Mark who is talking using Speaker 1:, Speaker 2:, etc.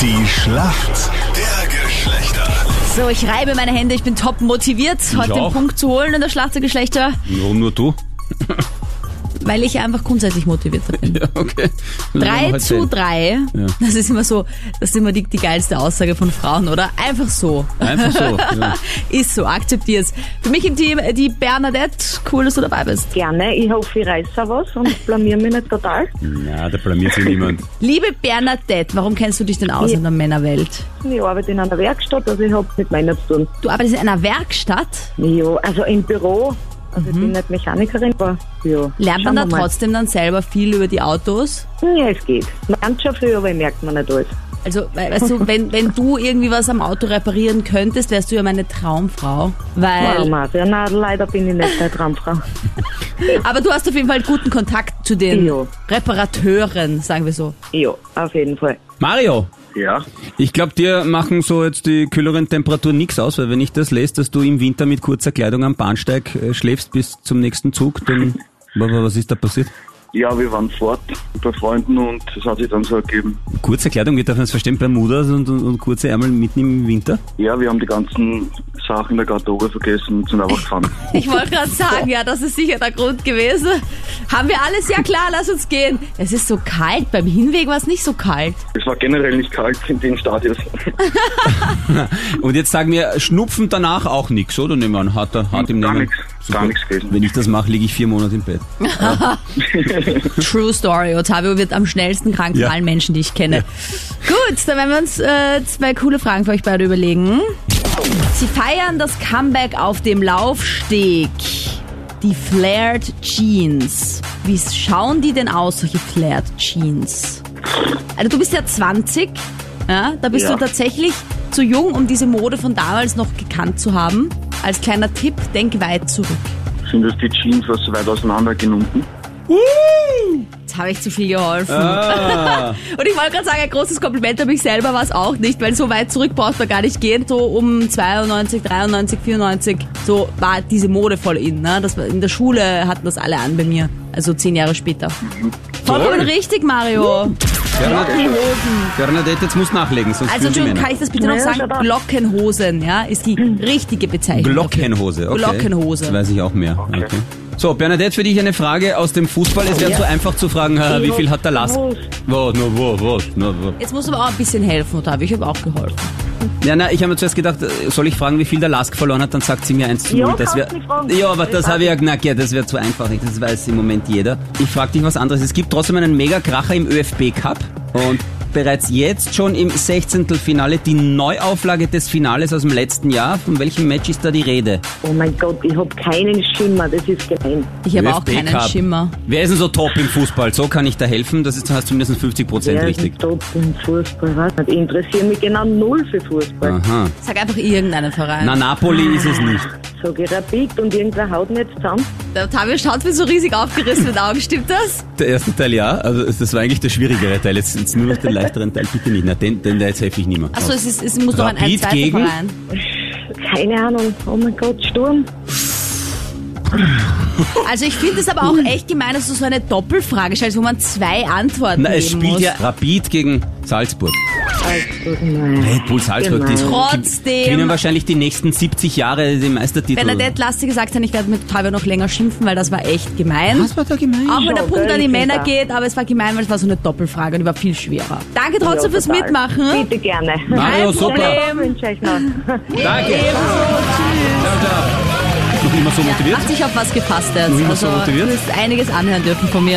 Speaker 1: Die Schlacht der Geschlechter.
Speaker 2: So, ich reibe meine Hände, ich bin top motiviert, heute den
Speaker 3: auch.
Speaker 2: Punkt zu holen in der Schlacht der Geschlechter,
Speaker 3: Warum nur du?
Speaker 2: weil ich einfach grundsätzlich motivierter bin.
Speaker 3: Ja, okay. halt
Speaker 2: 3 zu 3, das ist immer so, das ist immer die, die geilste Aussage von Frauen, oder? Einfach so.
Speaker 3: Einfach so. Ja.
Speaker 2: Ist so, akzeptier's. Für mich im Team äh, die Bernadette, cool, dass du dabei bist.
Speaker 4: Gerne, ich hoffe, ich reiße auch was und blamier mich nicht total.
Speaker 3: Na, da blamiert sich niemand.
Speaker 2: Liebe Bernadette, warum kennst du dich denn aus in der Männerwelt?
Speaker 4: Ich arbeite in einer Werkstatt, also ich habe mit meiner zu tun.
Speaker 2: Du arbeitest in einer Werkstatt,
Speaker 4: Ja, also im Büro. Also ich bin nicht Mechanikerin, aber ja.
Speaker 2: Mhm. lernt man
Speaker 4: Schauen
Speaker 2: da
Speaker 4: wir mal.
Speaker 2: trotzdem dann selber viel über die Autos?
Speaker 4: Ja, es geht. Man kann schon viel, aber ich merkt man nicht alles.
Speaker 2: Also, we- weißt du, wenn, wenn du irgendwie was am Auto reparieren könntest, wärst du ja meine Traumfrau. Weil,
Speaker 4: Wow, Marc. ja, na, leider bin ich nicht der Traumfrau.
Speaker 2: aber du hast auf jeden Fall guten Kontakt zu den
Speaker 4: Jo.
Speaker 2: Reparateuren, sagen wir so.
Speaker 4: Ja, auf jeden Fall.
Speaker 3: Mario,
Speaker 5: Ja,
Speaker 3: ich glaube, dir machen so jetzt die kühleren Temperaturen nichts aus, weil wenn ich das lese, dass du im Winter mit kurzer Kleidung am Bahnsteig äh, schläfst bis zum nächsten Zug, dann wa- wa- was ist da passiert?
Speaker 5: ja, wir waren fort bei Freunden und das hat sich dann so ergeben.
Speaker 3: Kurze Kleidung, wie darf man es verstehen, Bermudas und, und, und kurze Ärmel mitten im Winter?
Speaker 5: Ja, wir haben die ganzen Sachen in der Garderobe vergessen und sind einfach gefahren.
Speaker 2: Ich wollte gerade sagen, ja, das ist sicher der Grund gewesen. Haben wir alles? Ja klar, lass uns gehen. Es ist so kalt, beim Hinweg war es nicht so kalt.
Speaker 5: es war generell nicht kalt in den Stadion.
Speaker 3: Und jetzt sagen wir, schnupfen danach auch nichts, oder? Nehmen wir an, hart, hart im
Speaker 5: Gar
Speaker 3: Nehmen.
Speaker 5: nichts, gar
Speaker 3: Super.
Speaker 5: nichts gewesen.
Speaker 3: Wenn ich das mache, liege ich vier Monate im Bett.
Speaker 2: True Story. Ottavio wird am schnellsten krank
Speaker 3: Ja.
Speaker 2: von allen Menschen, die ich kenne. Gut, dann werden wir uns äh, zwei coole Fragen für euch beide überlegen. Sie feiern das Comeback auf dem Laufsteg. Die Flared Jeans. Wie schauen die denn aus, solche Flared Jeans? Also du bist ja 20, ja? da bist
Speaker 5: Ja.
Speaker 2: du tatsächlich zu jung, um diese Mode von damals noch gekannt zu haben. Als kleiner Tipp, denk weit zurück.
Speaker 5: Sind das die Jeans was weit auseinander genunken?
Speaker 2: Jetzt habe ich zu viel geholfen.
Speaker 3: Ah.
Speaker 2: Und ich wollte gerade sagen, ein großes Kompliment an mich selber war es auch nicht, weil so weit zurück braucht man gar nicht gehen. So um 92, 93, 94, so war diese Mode voll in. Ne? Das war, in der Schule hatten das alle an bei mir. Also zehn Jahre später. Vollkommen richtig, Mario. Also
Speaker 3: Bernadette, Bernadette, jetzt musst du nachlegen, sonst
Speaker 2: Also,
Speaker 3: fühlen die
Speaker 2: Entschuldigung,
Speaker 3: Männer.
Speaker 2: kann ich das bitte noch
Speaker 4: Ja,
Speaker 2: sagen?
Speaker 4: schau da.
Speaker 2: Glockenhosen, ja, ist die richtige Bezeichnung.
Speaker 3: Glockenhose, okay.
Speaker 2: Glockenhose.
Speaker 3: Das weiß ich auch mehr. Okay.
Speaker 5: Okay.
Speaker 3: So, Bernadette, für dich eine Frage aus dem Fußball. Es wäre zu einfach zu fragen, haha, wie viel hat der Lask?
Speaker 4: Los.
Speaker 3: Wo, no, wo, wo, no, wo.
Speaker 2: Jetzt muss aber auch ein bisschen helfen, Ottavio. Ich habe auch geholfen.
Speaker 3: Ja, na, ich habe mir zuerst gedacht, äh, soll ich fragen, wie viel der Lask verloren hat? Dann sagt sie mir 1 zu
Speaker 4: Ja,
Speaker 3: 0. das wär,
Speaker 4: kannst mich fragen.
Speaker 3: ja, aber das
Speaker 4: Ich
Speaker 3: habe ich ja knackt. Ja, das wäre zu einfach. nicht? Das weiß im Moment jeder. Ich frage dich was anderes. Es gibt trotzdem einen Mega-Kracher im ÖFB-Cup. Und bereits jetzt schon im 16. Finale die Neuauflage des Finales aus dem letzten Jahr. Von welchem Match ist da die Rede?
Speaker 4: Oh mein Gott, ich habe keinen Schimmer, das ist gemein.
Speaker 2: Ich habe auch
Speaker 3: ÖFB
Speaker 2: keinen
Speaker 3: Cup.
Speaker 2: Schimmer.
Speaker 3: Wer ist denn so top im Fußball? So kann ich da helfen. Das ist, hast zumindest 50 Prozent
Speaker 4: Wer ist
Speaker 3: richtig.
Speaker 4: denn top im Fußball? Weiß nicht. Ich interessiere mich genau null für Fußball.
Speaker 3: Aha.
Speaker 2: Sag einfach irgendeinen Verein.
Speaker 3: Na, Napoli ist es nicht.
Speaker 2: Ah.
Speaker 4: Sag ich Rapid und irgendwer haut nicht zusammen.
Speaker 2: Der Ottavio schaut mir so riesig aufgerissen mit Augen. Stimmt das?
Speaker 3: Der erste Teil ja, also das war eigentlich der schwierigere Teil. Jetzt, jetzt nur noch den leichteren Teil, bitte nicht. Na, den, den jetzt helfe ich niemand.
Speaker 2: Achso, es, ist, es muss noch ein, ein
Speaker 3: Rapid
Speaker 2: zweiter
Speaker 3: gegen?
Speaker 2: Verein.
Speaker 4: Keine Ahnung, oh mein Gott, Sturm.
Speaker 2: Also ich finde es aber auch echt gemein, dass du so eine Doppelfrage stellst, wo man zwei Antworten
Speaker 3: Na, es
Speaker 2: geben
Speaker 3: spielt
Speaker 2: muss.
Speaker 3: ja Rapid gegen Salzburg.
Speaker 4: Salzburg, nein.
Speaker 3: Red Bull Salzburg, die
Speaker 4: Genau.
Speaker 2: Trotzdem.
Speaker 3: gewinnen wahrscheinlich die nächsten 70 Jahre den Meistertitel.
Speaker 2: Bernadette, lass dir gesagt sein, ich werde mit Tavio noch länger schimpfen, weil das war echt gemein.
Speaker 3: Was war da gemeint?
Speaker 2: Auch wenn der
Speaker 4: Ja,
Speaker 2: Punkt an die
Speaker 4: wirklich
Speaker 2: Männer
Speaker 4: da.
Speaker 2: geht, aber es war gemein, weil es war so eine Doppelfrage und die war viel schwerer. Danke trotzdem fürs
Speaker 4: total.
Speaker 2: Mitmachen.
Speaker 4: Bitte gerne.
Speaker 3: Mario, super.
Speaker 4: Ich wünsche euch noch.
Speaker 3: Danke. Ciao, ciao. Noch immer so motiviert?
Speaker 2: Macht dich auf was gefasst jetzt.
Speaker 3: Nur immer
Speaker 2: Also,
Speaker 3: so
Speaker 2: du
Speaker 3: motiviert.
Speaker 2: wirst einiges anhören dürfen von mir.